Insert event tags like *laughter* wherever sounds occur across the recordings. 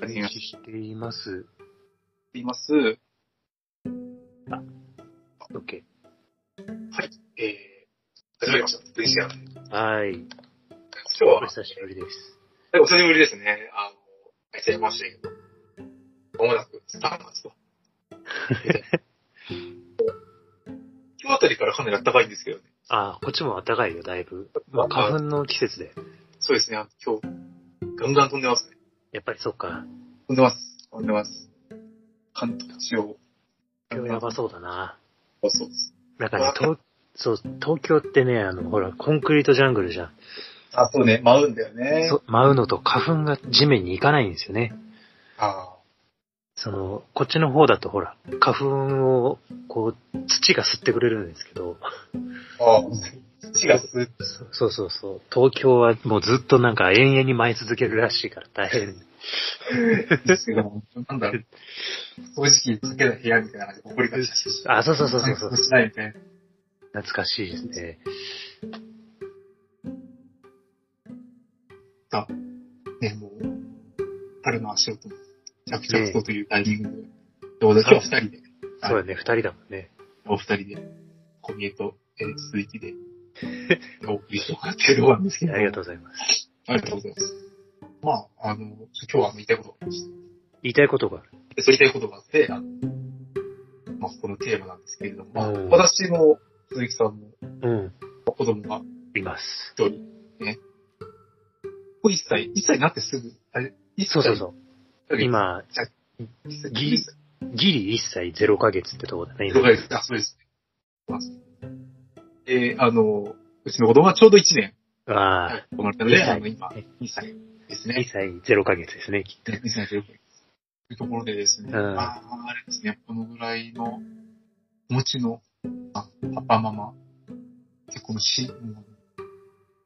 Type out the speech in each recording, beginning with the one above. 願いししています。ます。 OK。えー、始まりました。電子屋。今はい。日おは、久しぶりです。お久しぶりですね。あの、開催しましたけど、まもなくスタートと。今日あたりからかなり暖かいんですけどね。あ、こっちも暖かいよ、だいぶ。まあ、花粉の季節で。そうですね、あの今日、ガンガン飛んでますね。やっぱりそっか。飛んでます。飛んでます。関東地方。今日やばそうだな。そうです。なんかね、東、そう、東京ってね、あの、ほら、コンクリートジャングルじゃん。あ、そうね、舞うんだよね。そ舞うのと花粉が地面に行かないんですよね。あその、こっちの方だとほら、花粉を、こう、土が吸ってくれるんですけど、あ。ああ。土が吸う。そそうそうそう、東京はもうずっとなんか延々に舞い続けるらしいから大変。ですけど、なんだろう。掃除機かけた部屋みたいな感じで、埃がシャシャシャ。あ、そうそうそうそうそう、しないみたいな。懐かしいですね。ね、もう、春の足音も、着々とというタイミングで、どうだけお二人で、はいそうだね、二人だもんね。お二人で、小宮と、えー、鈴木で、お送りしてもらってるところなんですけど。ありがとう。うございます。ありがとうございます。まあ、あの、今日は言いたいことがありまして言いたいことがある。でそう言いたいことがあって、あのまあ、このテーマなんですけれども、まあおう私も鈴木さんもうん、子供がいます。一人、ね。もう一歳、一歳になってすぐ、あれ一そ歳うそうそう。今、一歳ギリギリ1歳0ヶ月ってとこだね、了今。解です。あ、そうです。で、あの、うちの子供はちょうど1年ああ、生まれたので、はいあの、今、2歳です2ね。歳0ヶ月ですね。 2歳というところでですね、うんあーあれですね、このぐらいの、お持ちの、あパパママ、結構し、もう、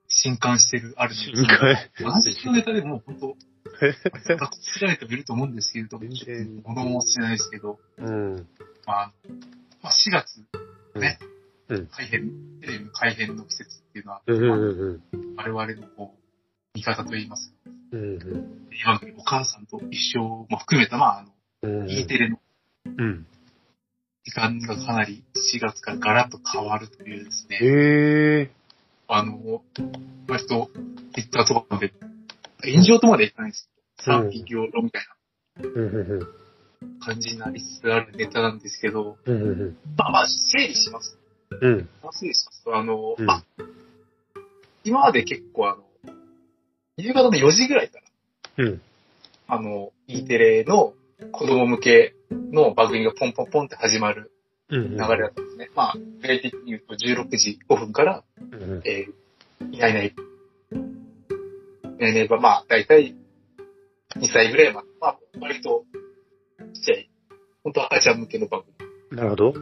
震撼してる、ある深海。私のネタでもう本当、学校知られてもいると思うんですけれども、全子然供も知らないですけど、うん。まあ、まあ、4月、ね、うんうん改変、テレビの改変の季節っていうのは、うんうんうん我々のこう、味方といいますか、うん。うん今のお母さんと一生も含めた、まあ、あの、うん。 E テレのうん。時間がかなり4月からガラッと変わるというですね、へえ。あの、割と、ツイッターとかで、炎上とまでいかないですけど、うん賛否両論みたいうんうんな感じになりつつあるネタなんですけど、うん。うんうんまあまあ、整理します。うん。うん。失礼しますと、あの、うんまあ、今まで結構あの、夕方の4時ぐらいから、うん。あの、E テレの子供向けの番組がポンポンポンって始まるうん。流れだったんですね。まあ、具体的に言うと16時5分から、うん。えー、いないいない、いないいないば、まあ、だいたい2歳ぐらいまで、まあ、割とちっちゃい、本当赤ちゃん向けの番組。なるほど。で、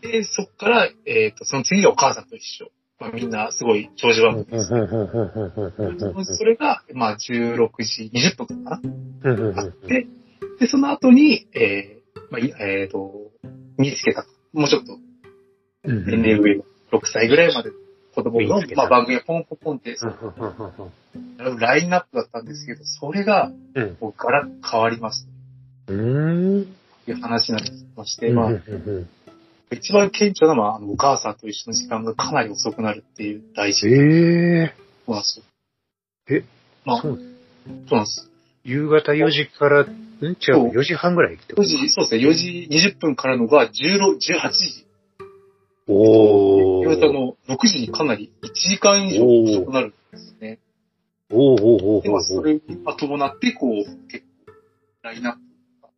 で、そこから、えっ、と、その次がお母さんと一緒。まあみんなすごい長寿う番ん組うです。そんれが、まあ16時20分かな。うんあって、で、その後に、えー、まあ、いえっ、と、見つけた。もうちょっと、うん。年齢上の6歳ぐらいまで子供の見つけ、たまあ番組がポンポンポンって、ラインナップだったんですけど、それがうん、こうガラッと変わります。うん。という話になってきまして、うん。まあう、ん。一番顕著なのは、あの、お母さんと一緒の時間がかなり遅くなるっていう大事ええ。まあ、そう。えまあ、そうそうなんです。夕方4時から、ん違う、4時半ぐらいって4こと時、そうですね、4時20分からのが16 18時。お夕方ー。の6時にかなり1時間以上遅くなるんですね。おーおーおーで、まあ、それに伴って、こう、結構、ラインナップが、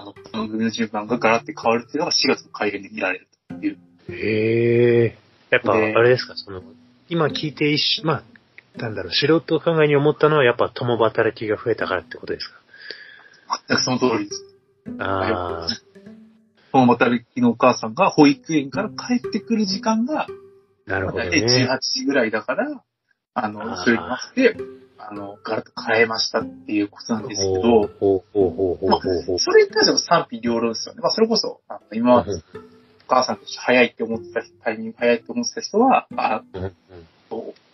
あの、番組の順番がガラッて変わるっていうのが4月の改編で見られると。へえ。やっぱ、あでれですか、その、今聞いていし、まあ、なんだろう、素人考えに思ったのは、やっぱ共働きが増えたからってことです全くその通りです。か。ああ、この働きのお母さんが保育園から帰ってくる時間が、なるほど大体ね。 18時ぐらいだから、あの、あーそれに合わせて、あの、ガラッと変えましたっていうことなんですけほどう、ほうほうほうほうほうほう。それに関しても賛否両論ですよね。まあ、それこそ、あの今までお母さんとして早いって思ってた人、タイミング早いって思ってた人は、あうん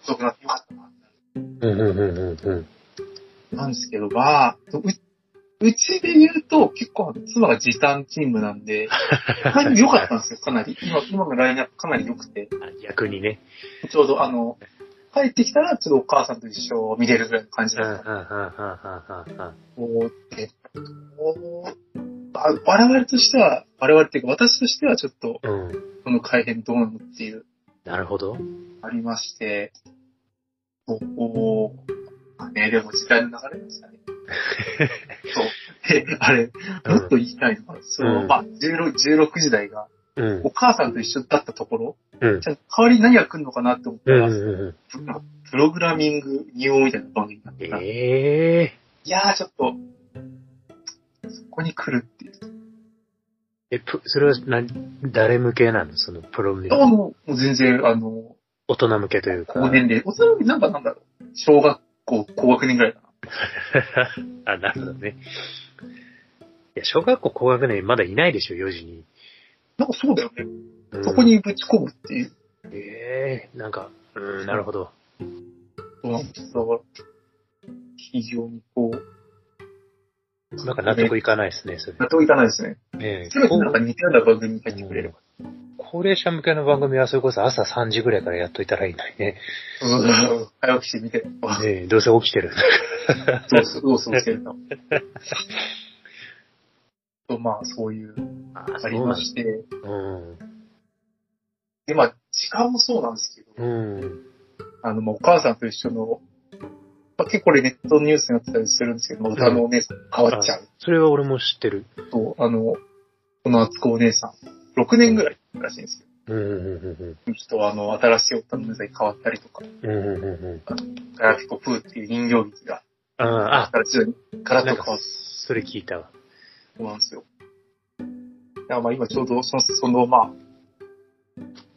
遅くなってよかったな。うんうんうんうんうんうんなんですけど、まあ、う、うちで言うと、結構、妻が時短チームなん *laughs* で、かなり良かったんですよ、かなり。今、今のラインナップかなり良くて。逆にね。ちょうど、あの、帰ってきたら、ちょっとお母さんと一緒見れるぐらいの感じうんうだんうんった。うんうんうんこう、で、こう、あ我々としては、我々っていうか、私としてはちょっと、うんうん。この改変どうなのっていう、なるほど。ありまして、こう、まあね、でも時代の流れでしたね。そう。で、あれ、もっと言いたいのは、その、うんまあ、16、16時代が、うんお。母さんと一緒だったところ、うんじゃあ代わりに何が来るのかなって思ったうんら、うんうん。プログラミング入門みたいな番組になってた。ええいやー、ちょっと、そこに来るっていう。え、ぷそれは何、誰向けなのそのプログあラム。もうもう全然、あの、大人向けというか。高 *laughs* 年齢。おそらくなんかなんだろう。小学校、高学年ぐらいかな。あ、なるほどね。いや、小学校高学年まだいないでしょ、4時に。なんかそうだよね。うんそこ。にぶち込むっていう。ええなんか、うん、なるほど。そうなんです。だから、非常にこう、なんか納得いかないですね、それ。納得いかないですね。ねえすべてこうなんか似たような番組に入ってくれれば。高齢者向けの番組はそれこそ朝3時ぐらいからやっといたらいいのにね。うん早起きして見てる。ねえどうせ起きてる。どうす、どう過ごしてるのと、まあ、そういう、あありまして。うん。で、まあ、時間もそうなんですけど、うん。あの、まあ、お母さんと一緒の、まあ、結構これネットニュースになってたりするんですけど、まあ、歌のお姉さん変わっちゃうそれは俺も知ってる。と、あの、この厚子お姉さん、6年ぐらいらしいんですけうんうんど、ちょっとあの、新しいおのお姉さんに変わったりとか、うんうん。うんうんうんうん。ガラピコプーっていう人形劇が、あガラ徐々にガラなッんとか変わってそれ聞いたわ。そうなんですよ。だからまあ今ちょうどその、そのまあ、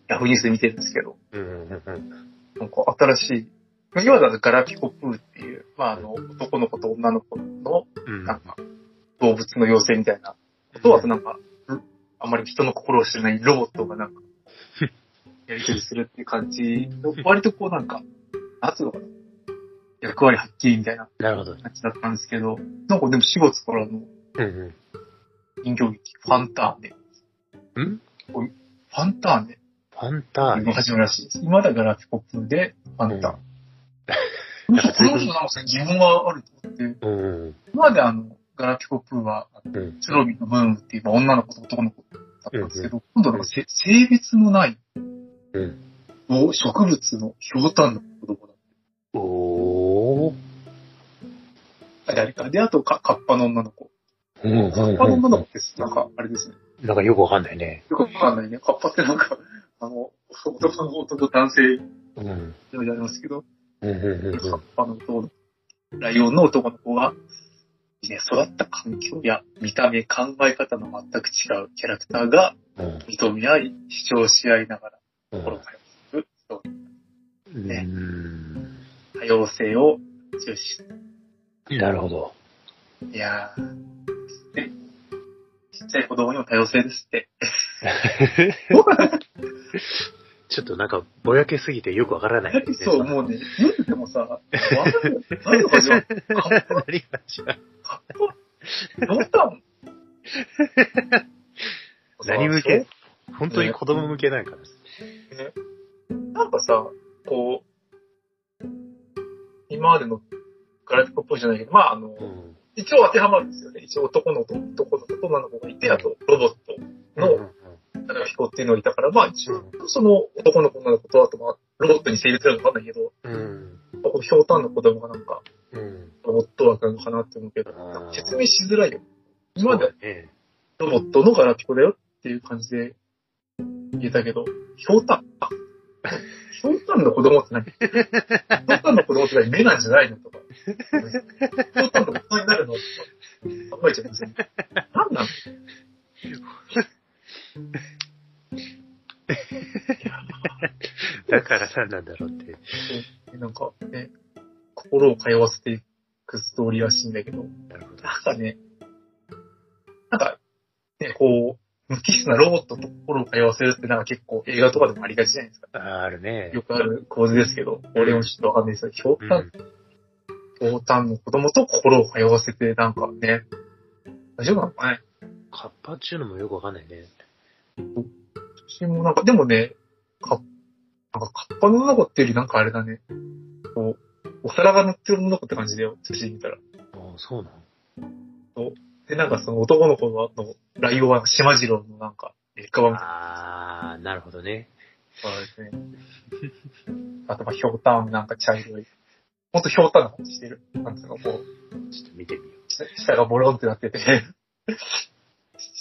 ヤフーニュースで見てるんですけど、うんうんうんなんか新しい、まあ今だとガラピコプーっていう、まああの、男の子と女の子の、うん。なんか、動物の妖精みたいなことは、あとなんか、うんあんまり人の心を知らないロボットが *laughs* なんか、やり取りするっていう感じの、割とこうなんか、なんつうのかな、役割はっきりみたいななるほど。感じだったんですけど、なんかでも4月からのうん人形劇、ファンターネ、うん。んファンターネファンターのネ。始まるらしいです。今だからピコプーで、ファンターネ。むしろこの人なんか疑問があると思って、うんうん今まであの、ガラピコプーは、うん。チュロミのムーンっていう、まあ、女の子と男の子だったんですけど、今度はなんかせ性別のない、うんお植物のひょうたんの子供だっおー。た。あ、誰か。で、あとか、カッパの女の子。うんうんカッパのうん女の子って、なんか、あれですね。なんかよくわかんないね。よくわかんないね。カッパってなんか、 *laughs* あの、男の男と男性うん。うんでもありますけど、うんうんカッパの男の子、ライオンの男の子が、ね、育った環境や見た目、考え方の全く違うキャラクターがうん認め合い、主張し合いながら、う心をん通うそううん。ねうん多様性を重視。なるほど。いやー。ねちっちゃい子供にも多様性ですって。ちょっとなんかぼやけすぎてよくわからないですね。そう、の *laughs* もうね、読んでてもさ、わかるよ。何の話は、カッパ、何が違うカッパ、どうしたん何向け本当に子供向けなんかななんかさ、こう、今までのガラピコっぽいじゃないけど、まあ、あの、うん。一応当てはまるんですよね。一応男の子と男の子と女の子がいて、あとロボットうんうのんガラピコっていうのがいたから、まあ一応、その男の子女の子と、あとまあ、ロボットに性別なのかわかんないけど、うん。まあこのひょうたんの子供がなんか、うん。ロボット枠なのかなって思うけど、あー説明しづらいよ。今まではそうだねロボットのガラピコだよっていう感じで言えたけど、ひょうたん、あひょうたんの子供って何ひょうたんの子供って何目なんじゃないのとか。ひょうたんの大人になるのとか考えちゃいますね。何なのだから何なんだろうって。なんかね、心を通わせていくストーリーらしいんだけど、なるほど。なんかね、なんか、ね、こう、無機質なロボットと心を通わせるってなんか結構映画とかでもありがちじゃないですか。あーあるね。よくある構図ですけど、俺もちょっとわかんないですけど、ひょうたん、ひょ高単の子供と心を通わせて、なんかね、大丈夫なのかね。カッパっちゅうのもよくわかんないね。私もなんか、でもね、か、なんかカッパの女の子っていうよりなんかあれだね、こう、お皿が乗ってる女の子って感じだよ、写真見たら。ああ、そうなので、なんかその男の子のライオンは島次郎のなんか、劣化版みたいああ、なるほどね。なのがあるね。あと、まあ、ひょうたんなんか茶色い。ほんとひょうたんな感じしてる。なんつうの、こう、ちょっと見てみよ下下がボロンってなってて、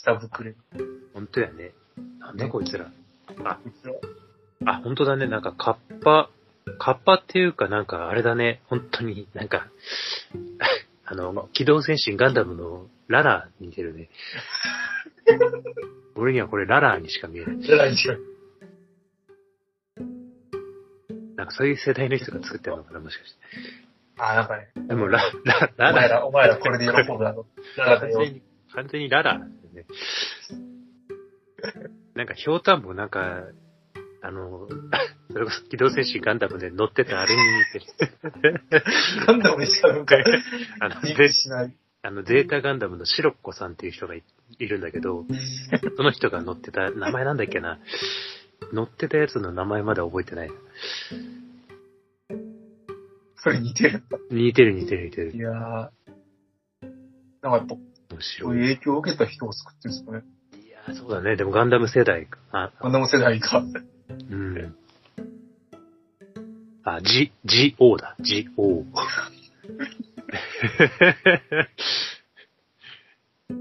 下ぶくれ。う。本当やね。なんだこいつら。あ、本当だね。なんかカッパ、カッパっていうかなんかあれだね。本当になんか、 *laughs* あの、機動戦士ガンダムのララーに似て *laughs* るね。俺にはこれララーにしか見えない。じゃないんじゃないなんかそういう世代の人が作ってるのかな、もしかして。あ、なんかね、でもラ、ラ、おラ前ラら、お前らこれで喜ぶだろ。だから完だ全 *laughs* よ。に、完全にララなんだよね。 *laughs* なんか、ひょうたんもなんか、あの、 *laughs* それこそ機動戦士ガンダムで乗ってたあれに似てる。ガンダムにしかなんか、あの、リゼンしない。あのゼータガンダムのシロッコさんっていう人がいいるんだけ *laughs* ど、その人が乗ってた、名前なんだっけな。乗ってたやつの名前まで覚えてない。それ似てる。似てる似てる似てるい。やー。なんかやっぱ、面そう白い。いいう影響を受けた人を救ってるんですかね。やー、そうだね。でもガンダム世代か。あ、ガンダム世代が。うん。あ、G、GO だ。GO。え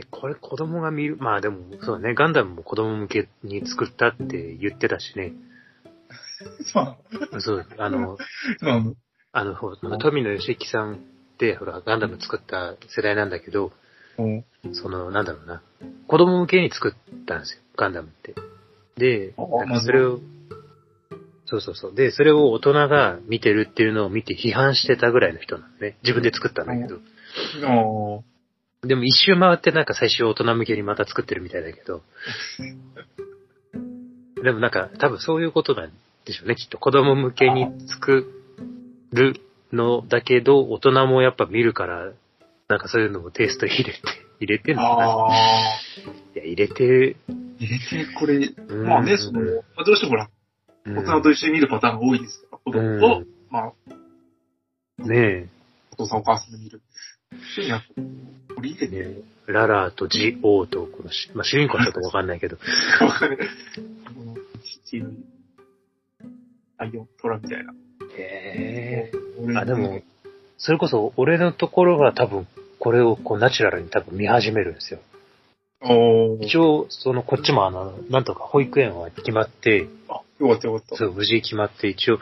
ーこれ子供が見る。まあでも、そうだね。ガンダムも子供向けに作ったって言ってたしね。 *laughs* まそう、あの、あ、なんあの、ほ富野義行さんって、ほら、ガンダム作った世代なんだけど、うん。その、なんだろうな。子供向けに作ったんですよ、ガンダムって。で、あなんまあかそれを、そうそうそう。で、それを大人が見てるっていうのを見て批判してたぐらいの人なのね。自分で作ったんだけど。あでも一周回ってなんか最初大人向けにまた作ってるみたいだけど。でもなんか多分そういうことなんでしょうね、きっと。子供向けに作るのだけど、大人もやっぱ見るから、なんかそういうのもテイスト入れて、入れてーんのかな。あいや、入れて、ー。入れて、これ、うんまあね、その、まあどうしてもほら、うん大人と一緒に見るパターンが多いですから、子供と、うんまあ、ねお父さんお母さんで見る。一緒にやっぱ、これ入え、れて、ねえララとジオーと、このし、まあ、主人公はちょっとわかんな *laughs* いけど、わかんない。この、チームに、あ、よ、トラみたいな。へ俺あ、でも、、それこそ俺のところが多分、これをこうナチュラルに多分見始めるんですよ。おー一応、その、こっちもあの、なんとか保育園は決まって、あ、よかったよかった。そう、無事決まって、一応、4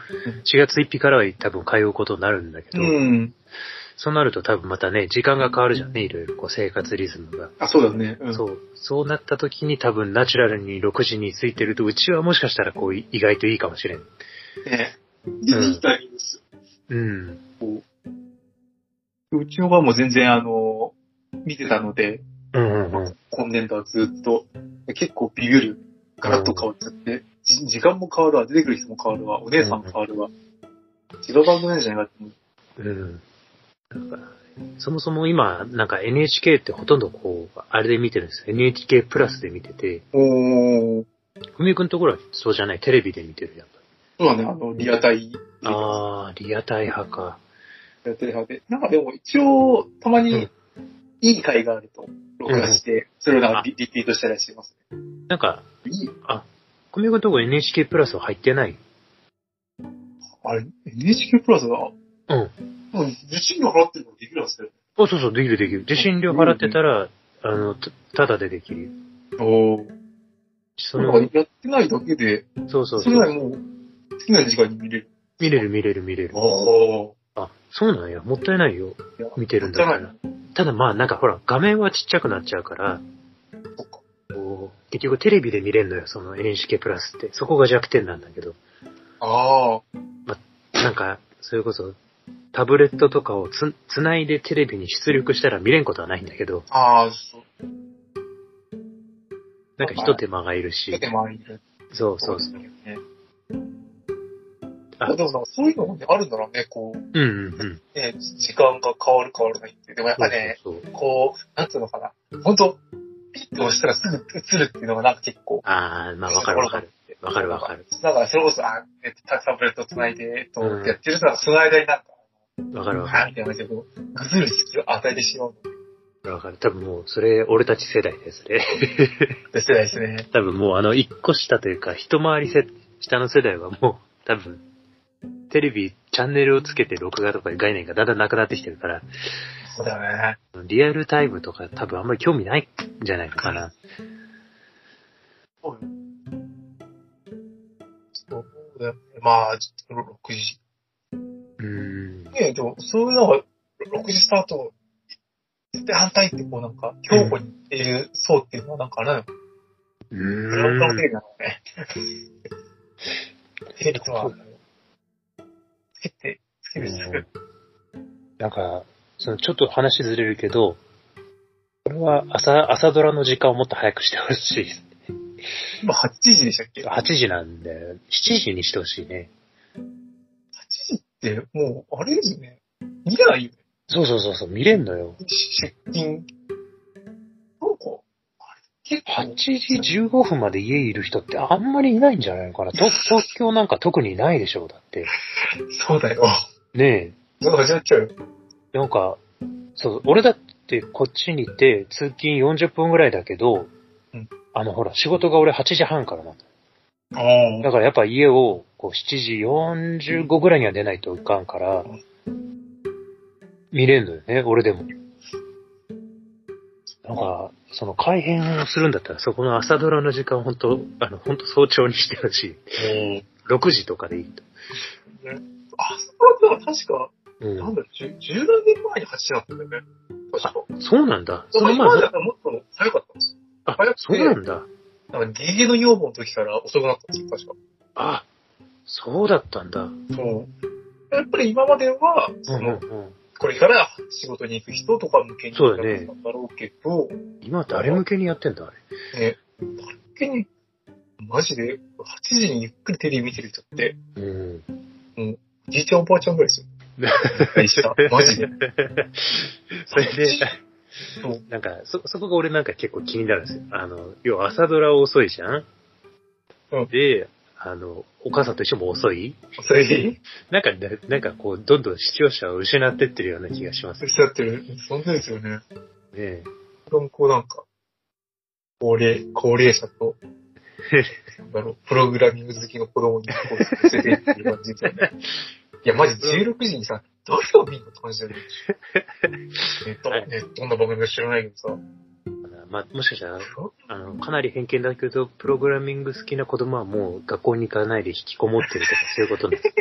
月1日からは多分通うことになるんだけうど、ん。そうなると多分またね、時間が変わるじゃんね、いろいろ、こう、生活リズムが。あ、そうだね。うん。そう、そうなった時に多分ナチュラルに6時についてると、うちはもしかしたらこう、い意外といいかもしれん。ね。で、うんいいタイミングですよ。うん。こううちの場も全然、あの、見てたので、うんうんうん。今年度はずっと、結構ビビる。ガラッと変わっちゃって、じ時間も変わるわ、出てくる人も変わるわ、お姉さんも変わるわ。違う番組なんじゃないかって。うん。なんか、そもそも今、なんか NHK ってほとんどこう、あれで見てるんです。NHK プラスで見てて、おー。ふみゆくんところはそうじゃない、テレビで見てるやっそうだね、あの、リアタイ。ぱ。あー、リアタイ派か。やってる派で。なんかでも一応、たまうにん、いい回があると、録画して、それをなんかリリピートしたりはしてますなんか、ね。いいふみゆくんとこ NHK プラスは入ってないあれ、NHK プラスが、うん。うん、受信料払ってるのできるんですよ。あ、そうそう、できるできる。受信料払ってたら、あの、たただでできるよ。おそなんの、かやってないだけで、そうそうそそれなう。りもう、好きな時間に見れる。見れる見れる見れる。おあ、そうなんや。もったいないよ。いや見てるんだかもら。ただまあ、なんかほら、画面はちっちゃくなっちゃうから、そっか。こう結局テレビで見れるのよ、その NHK プラスって。そこが弱点なんだけど。ああ。なんか、それこそ、タブレットとかをつ、つないでテレビに出力したら見れんことはないんだけど、ああ、そう。なんか一手間がいるし出、てまいる。そうそうそう。ね。あでもなんかそういうのもね、あるんだろうね、こう、うんうんうん。ね、時間が変わる変わらないって。でもやっぱね、そうそうそうこう、なんつうのかな。ほんと、ピッと押したらすぐ映るっていうのがなんか結構。ああ、まあわかるわかる。わかるわかる。だからそれこそ、あ、えっと、タブレット繋いで、と、やってると、その間になんか、わかるわかはい、みたいな感じで、こう、ぐずる隙を与えてしまうる。わかる。多分もう、それ、俺たち世代ですね。の世代ですね。多分もう、あの、一個下というか、一回りせ下の世代はもう、多分、テレビ、チャンネルをつけて録画とかいう概念がだんだんなくなってきてるから、そうだよね。リアルタイムとか多分あんまり興味ないんじゃないのかな。そうよそうだよね。まあ、ちょっと6時。うーん。ねでも、そういうのが、6時スタート、絶対反対って、こうなんか、強固にいる層っていうのはなんかあれなのうブランドのテーレん。ビなのね。テレビとは、つけて、つけるし、作る。なんか、そのちょっと話ずれるけど、これは朝、朝ドラの時間をもっと早くしてほしいです。今8時でしたっけ ?8 8時なんで、7時にしてほしいね。時って、もう、あれですね。見れないよね。そうそうそうそう、見れんのよ。出勤。なんか、あれ、結8構、時15分まで家いる人ってあんまりいないんじゃないのかな。と東京なんか特にないでしょう、だって。そうだよ。ね *laughs* なんか始まっちゃうよ。え、なんか、そう、俺だってこっちにいて通勤40分ぐらいだけど、うんあのほら、仕事が俺8時半からなんだあだからやっぱ家をこう7時45ぐらいには出ないといかんから、見れんのよね、俺でも。なんか、その改編をするんだったら、そこの朝ドラの時間を本当、あの、本当早朝にしてほしい。あ。 6時とかでいいと。あそこはだから確か、うなんん。だろう、10十何年前に8時だったんだよね。確か。そうなんだ。その今ま前での、はもっと早かったんですよ。あ早く、てそうなんだ。なんかギリギリの女房の時から遅くなったんですよ、確か。あ、そうだったんだ。そう。やっぱり今までは、うんそうんうの、ん。これから仕事に行く人とか向けにそうだねなんだろうけど、今誰向けにやってんだ、あれ。ね、だけに、マジで、8時にゆっくりテレビ見てる人って、うん。じいちゃんおばあちゃんぐらいです *laughs* よ。一緒だマジで。それで、そう。なんか、そ、そこが俺なんか結構気になるんですよ。あの、要は朝ドラ遅いじゃん、うんで、あの、お母さんと一緒も遅いそれで、なんかね、なんかこう、どんどん視聴者を失ってってるような気がしますそねうしちゃってる。そんなですよね。。ね本当にこうなんか、高齢、高齢者 *laughs* と、なんだろう、プログラミング好きの子供にこう、先生っていう感じですよね。いや、マジ16時にさ、誰を見んのって感じだ *laughs* よね。えっと、はいね、どんな番組か知らないけどさ、まあ、もしかしたら、あの、かなり偏見だけど、プログラミング好きな子供はもう学校に行かないで引きこもってるとか、そういうことなん *laughs* です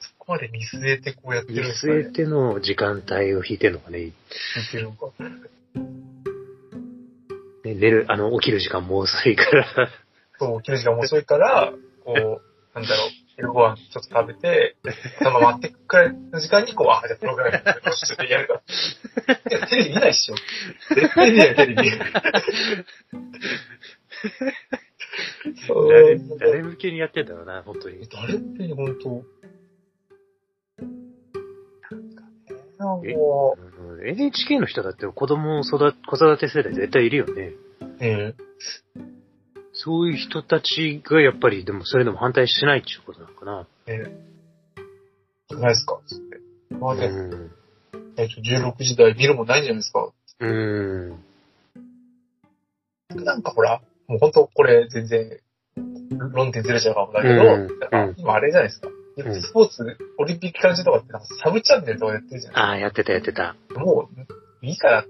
そこまで見据えてこうやって見るんですか据えね。ての時間帯を引いてるのがね、見据えてるのか。ね寝る、あの、起きる時間も遅いから、そう、起きる時間も遅いから、こう、なんだろう、昼ご飯ちょっと食べて、頭待ってくらいの時間に、こう、あ、じゃあプログラミングのちょっとやるから。いや、テレビ見ないっしょ。絶対見ないよ、テレビ。そう誰、 *laughs* 誰向けにやってんだろうな、本当に。誰って本当なんかえね、もうん NHK の人だって子供を育て、子育て世代絶対いるよね。う、ねそういう人たちがやっぱり、でもそれでも反対しないっていうことなのかな。え、ないですかつって。まうあね、ん。えっと、16時台見るもんないんじゃないですかうん。なんかほら、もう本当これ全然論点ずれちゃうかもだけど、うんなんか今あれじゃないですか。んスポーツ、オリンピック期間中とかってなんかサブチャンネルとかやってるじゃないああ、やってたやってた。ですか。もう、いいから、流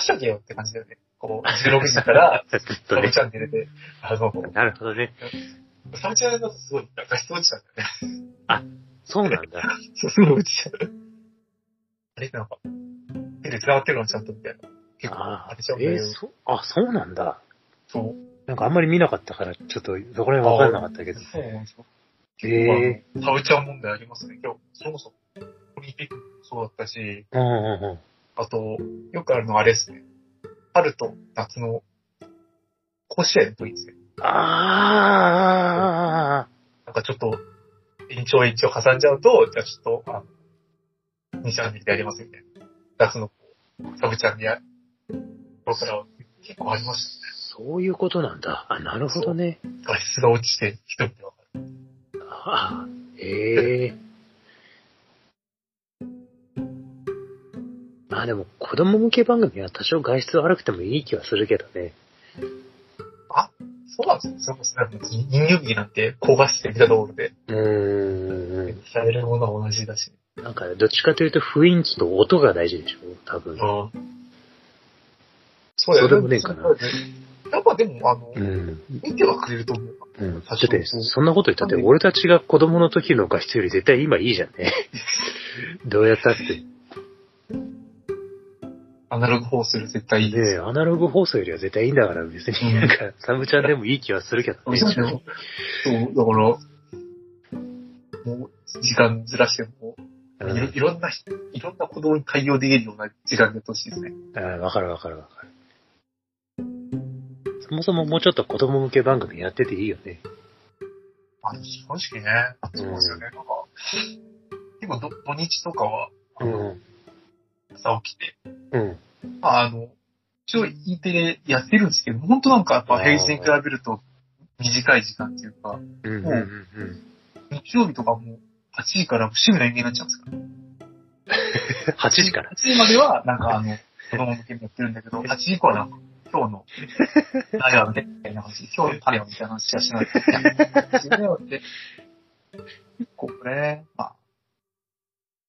しとけよって感じだよね。こう、16時からずっサ *laughs* とブね。チャンネルで、あの、なるほどね。サブチャンネルだとすごい画質落ちちゃうんだよね。そうなんだ。そうすぐ落ちちゃう。あれなんか、手で繋がってるのちゃんとみたいな。結構、あああれちゃうんー、だよえー。そ、あ、そうなんだ。そう。なんかあんまり見なかったから、ちょっとそこら辺わかんなかったけど。そうなんですよ。え結構あのサブチャン問題ありますね。今日、それこそ、オリンピックもそうだったし、うんうんあと、よくあるのはあれですね。春と夏の甲子園の時ですね。うん。ああ、なんかかちょっと、延長延長挟んじゃうと、じゃあちょっと、あの、2ちゃんでやりますみたいな。出すの、サブちゃんにや、僕らは結構ありましそういうことなんだ。あ、なるほどね。た。画質が落ちて、人ってわかる。あへ *laughs* え。まあでも、子供向け番組は多少外出悪くてもいい気はするけどね。そうなんですよ。そうですね。人形劇なんて、高画質的なところで、うーん。やれるものは同じだし。なんか、どっちかというと雰囲気と音が大事でしょ多分。ああ。そうやそれもねえかなそうだよねやっぱでも、あの、うん。見てはくれると思う。うん。だっ多少て、そんなこと言ったって、俺たちが子供の時の画質より絶対今いいじゃん *laughs* ね。どうやったって。アナログ放する絶対いいですねえ、よ。アナログ放送よりは絶対いいんだから、別になんか、サブちゃんでもいい気はするけどそう *laughs* ね。だから、もう、時間ずらしても、ういろんいろんな人、いろんな子供に対応できるような時間が欲しいですね。うん、わかるわかるわかる。そもそももうちょっと子供向け番組やってていいよね。あの、正直ね、うんそうですよね。なんか、今ど土日とかは、あうのん。朝起きて、うん。まああの、一応 E テレやってるんですけど、本当なんかやっぱ平日に比べると短い時間っていうか、うん。うん。うん。日曜日とかも8時から趣味の演芸になっちゃうんですから。 8時から。 8時までは、なんかあの、子供向けにやってるんだけど、8時以降はなんか、今日の、タイヤみたいな話、今日のタイヤみたいな話しかしない。自分よって、結構ね、まあ、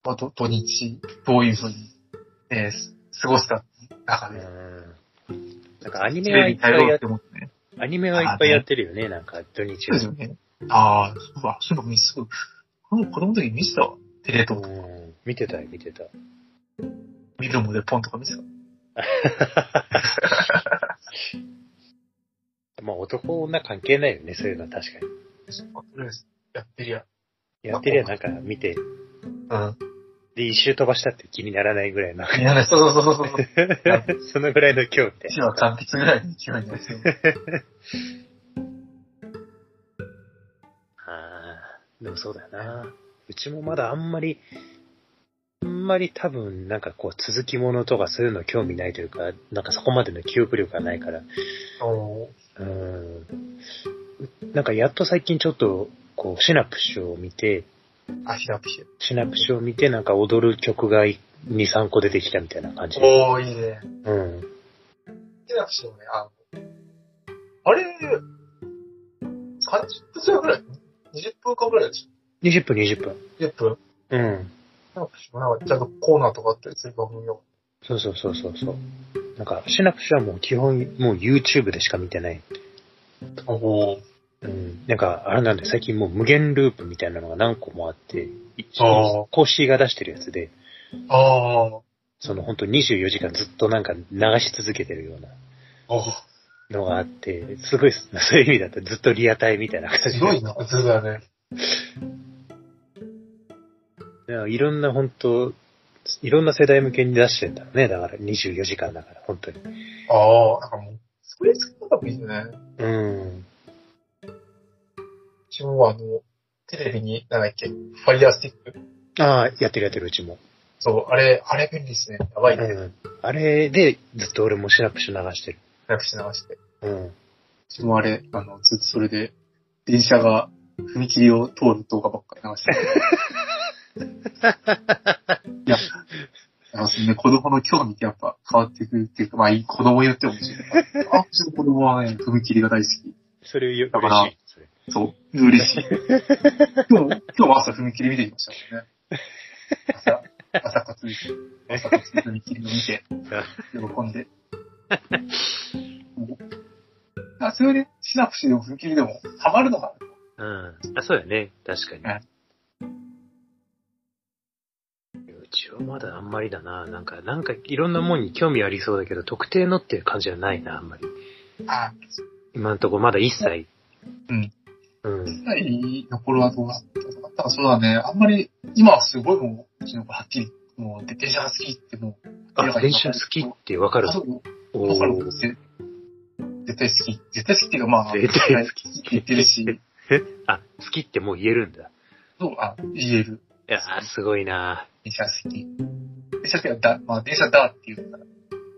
まあ、ど土日、どういうふうに、えーす過ごすか、中うで、ん。なんかアニテメはレビいっにぱ頼いろうやっ、て思ってね。アニメはいっぱいやってるよね、なんか土日そうですよね。ああ、そうだ、そういうの見すぐ、この子供の時見せたわ。テレう東とか、ん。見てたよ、見てた。ビルムでポンとか見せた。 *laughs* まあ男女関係ないよね、そういうのは確かとに。りあえず、やってるや。やってりゃなんか見て、うん。で、一周飛ばしたって気にならないぐらいの。いやね、そうそうそうそうそう。 *laughs* そのぐらいの興味で。一話完結ぐらいの勢いですよ。ああ、でもそうだよな。うちもまだあんまり、あんまり多分、なんかこう、続きものとかそういうの興味ないというか、なんかそこまでの記憶力がないから、おーうーん。なんかやっと最近ちょっと、こう、シナプシュを見て、あ、ひらぴし。シナプシュを見て、なんか踊る曲が2、3個出てきたみたいな感じで。おー、いいね。うん。ひらぴしもね、あの、あれ、30分ぐらい ?20 分間ぐらいでし20分、20分。ょ ?10 分うん。ひらぴしもなんかちゃんとコーナーとかあったりする番組を。そうそうそうそうそう。なんか、シナプシュはもう基本、もう YouTube でしか見てない。おー。うん。なんか、あれなんで、最近もう無限ループみたいなのが何個もあって、あー公式が出してるやつで、あー。その本当24時間ずっとなんか流し続けてるようなおー。のがあって、すごいっす、そういう意味だったらずっとリアタイみたいな感じすでごいな、そうだね。なんかいろんな本当、いろんな世代向けに出してんだろうね。だから24時間だから、本当に。ああ、なんかもう、それ作った方がいいよね。うん。うちもあの、テレビに、なんだっけ、ファイヤースティック。ああ、やってるやってるうちも。そう、あれ、あれ便利ですね。やばいね。うん。あれで、ずっと俺もシナプシュ流してる。早くし流して。うん。うちもあれ、あの、ずっとそれで、電車が踏切を通る動画ばっかり流してる。いや、あのそのね、子供の興味ってやっぱ変わってくるっていうか、まあ、いい子供によっても面白い。あ、うちの子供はね、踏切が大好それよ、だから嬉しい。それき。そう、嬉 *laughs* しい。今日、今日も朝踏切見てきましたもんね。朝、朝活です。朝活で踏切を見て、喜んで。あ、それで、シナプシでも踏切でも、ハマるのかなうん。あ、そうやね。確かに。うちはまだあんまりだな。なんか、なんかいろんなもんに興味ありそうだけど、特定のっていう感じはないな、あんまり。あ、今んとこまだ一切。うん。うん。 1歳の頃はどうだったのか。ただそうだね、あんまり、今はすごいもう、うちの子はっきり、もう、で電車が好きってもう、あ、練習好きってわかるあ、そう、おわかるー。ぜ絶対好き。絶対好きっていうか、まあ、絶対好好きって言ってるし、あ、好きってもう言えるんだ。そう、あ、言える。いやー、すごいな電車好き。電車好きはだ、まあ電車だっていうから、ー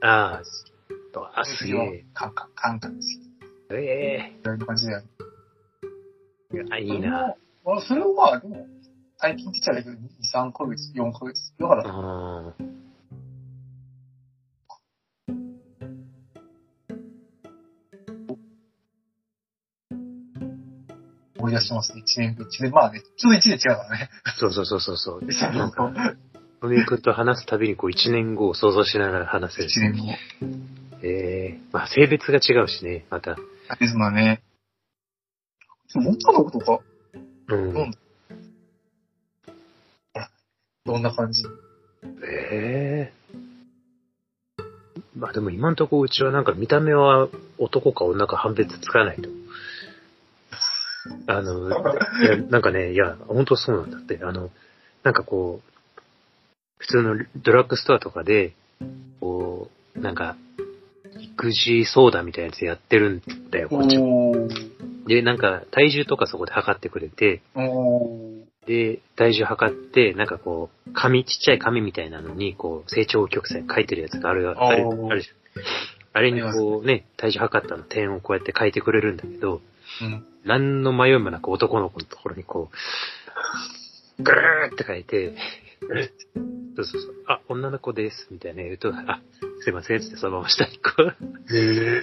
あー、あーすげえ。カンカン、カンカン好き。みえたいな感じだよね。えー。あいいなそれも。まあそれをまあ、でも、最近って言っちゃうけど、2、3ヶ月、4ヶ月。だから、うん。思い出してますね。1年分、1年。まあね、ちょうど1年違うからね。そうそうそうそうそう。一なんか、トミ君と話すたびにこう一年後を想像しながら話せる。年後。ええまあ性別が違うしね、また。あれですまあね。でも女の子とか、うん。どんな感じええまあでも今んとこうちはなんか見た目は男か女か判別つかないと。あの、いや、なんかね、いや、本当そうなんだって。あの、なんかこう、普通のドラッグストアとかで、こう、なんか、育児相談みたいなやつやってるんだよ、こっちも。おー。で、なんか、体重とかそこで測ってくれて、おー。で、体重測って、なんかこう、紙、ちっちゃい紙みたいなのに、こう、成長曲線書いてるやつがある、あーある、あるじゃん。あれにこうね、体重測ったの点をこうやって書いてくれるんだけど、うん。何の迷いもなく男の子のところにこう、ぐるーって書いて、そうそうそう、あ、女の子です、みたいな言うと、あ、すいません、つってそのまま下にこう、 *laughs* へえ。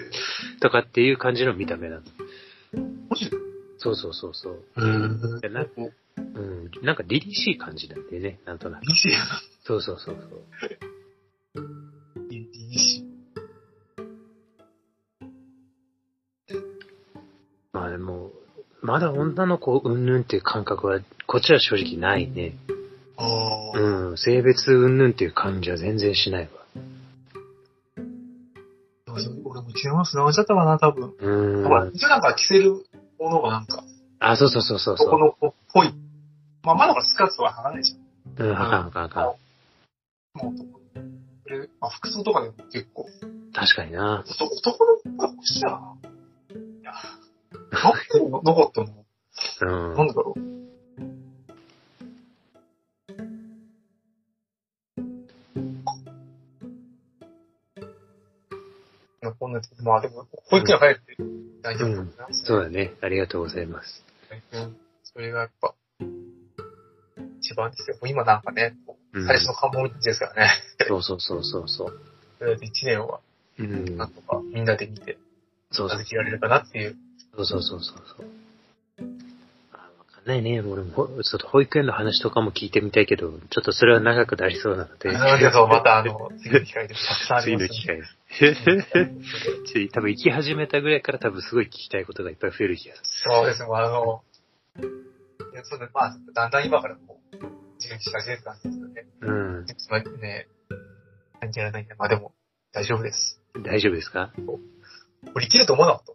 とかっていう感じの見た目なの。マジでそうそうそうそう。へぇでなうん、なんか凛々しい感じなんだよね、なんとなく。西やな。そうそうそうそう。西。まあでも、まだ女の子うんぬんっていう感覚は、こっちは正直ないね。あー。うん、性別うんぬんっていう感じは全然しないわ。でもそれ俺も着れますな、っちゃったかな、多分。うほら、ん。一応なんか着せるものがなんか、あ、そうそうそうそうそ男う。の子っぽい。まあ、まだほらスカートは履かないじゃん。うん、あかんあかんあかん。もう男。これ、まあ、服装とかでも結構。確かにな。そう男の子が欲しいな。いや、なんで *laughs* もなかったのうなんん。だろう。いやこんな、まあでも、保育園入って大丈夫なんだな。そうだね。ありがとうございます。うん。それがやっぱ、一番ですよ。もう今なんかね、うん。最初の関門ですからね。そうそうそうそうそう。とりあえず一年は、うん。なんとかみんなで見て、そうそう続けられるかなっていう。そうそうそうそうそう。あわかんないね。俺もほ、ちょっと保育園の話とかも聞いてみたいけど、ちょっとそれは長くなりそうなので。ありがとう。またあの、次の機会でもたくさんあり *laughs* 次まのす。機会 *laughs* です。ちょ多分行き始めたぐらいから多分すごい聞きたいことがいっぱい増える気がすそうですね、あの、いや、そうです、まあ、だんだん今からもう、自由にし始めてたんですよね。る。うん。ちょっとね、何やらないんで、まあでも、大丈夫です。大丈夫ですか俺、生きると思わなかった。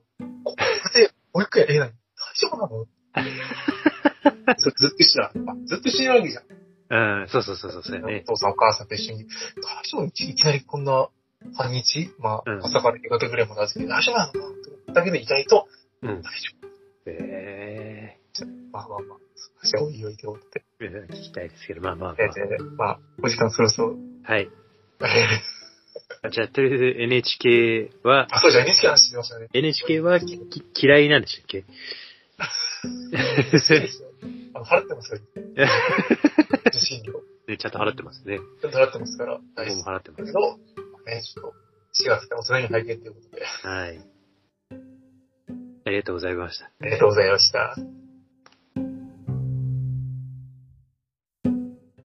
ここで、保育園入れない。大丈夫な *laughs* のそれずっと一緒だ。まあずっと一緒にいるわけじゃん。うん、そうそうそうそう、そうやね。お父さんお母さんと一緒に。大丈夫いきなりこんな、半日まうんあ、朝から夕方ぐらいまで預けて、大丈夫なのかなって思っただけでいたいと、う大ん丈。え夫。まあまあまあ、それはおいおいで思って。ーうん聞きたいですけど、まあまあええまあ、お時間そろそろ。 *laughs* まあ。はい。えじゃあ、とりあえず NHK は、あ、そうじゃん、NHK の話してま *laughs* したね。 NHK はきき嫌いなんでしたっけ *laughs* あの、払って *laughs* ますよ。受信料。ねちゃんと払ってますね。ちゃんと払ってますから、大僕丈も夫払ってまだけす。ど、まあね、ちょっと、4月で大人に拝見ということで、はい。ありがとうございました。ありがとうございました。